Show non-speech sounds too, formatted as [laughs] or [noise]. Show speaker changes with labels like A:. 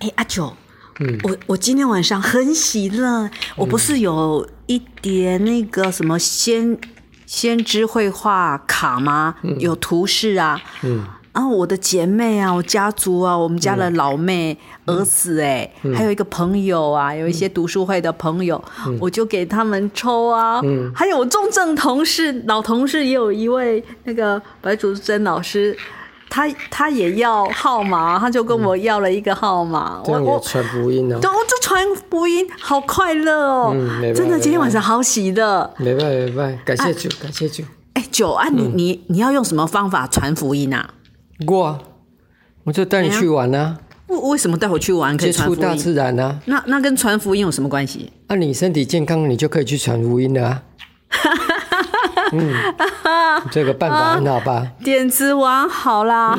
A: 哎、阿九，
B: 嗯
A: 我我今天晚上很喜乐，我不是有一叠那个什么先先知绘画卡吗？
B: 嗯
A: 有图示啊，嗯，然后我的姐妹啊，我家族啊，我们家
B: 嗯
A: 的老妹、儿子哎、还有一个朋友啊，有一
B: 嗯
A: 些读书会的朋友，我就给他们抽啊，嗯，还有我重症同事老同事也有一位那个白竹珍老师。他他也要号码，他就跟我要了一个号码。
B: 嗯这
A: 我
B: 样
A: 我
B: 也传福音啊
A: 对，，我就传福音，好快乐哦！
B: 嗯没办法
A: 真的，今天晚上
B: 没
A: 好喜乐。
B: 没办法，没办法，感谢主，感谢主。
A: 哎，九啊，
B: 嗯
A: 你你你要用什么方法传福音啊？
B: 过啊，我就带你去玩
A: 哎
B: 啊，
A: 为为什么带我去玩可
B: 接
A: 以传
B: 触
A: 福
B: 大
A: 音？
B: 自然啊。
A: 那那跟传福音有什么关系？
B: 那、你身体健康，你就可以去传福音
A: [laughs]
B: 了啊。嗯，这个办法很好吧？嗯
A: 点子王好啦，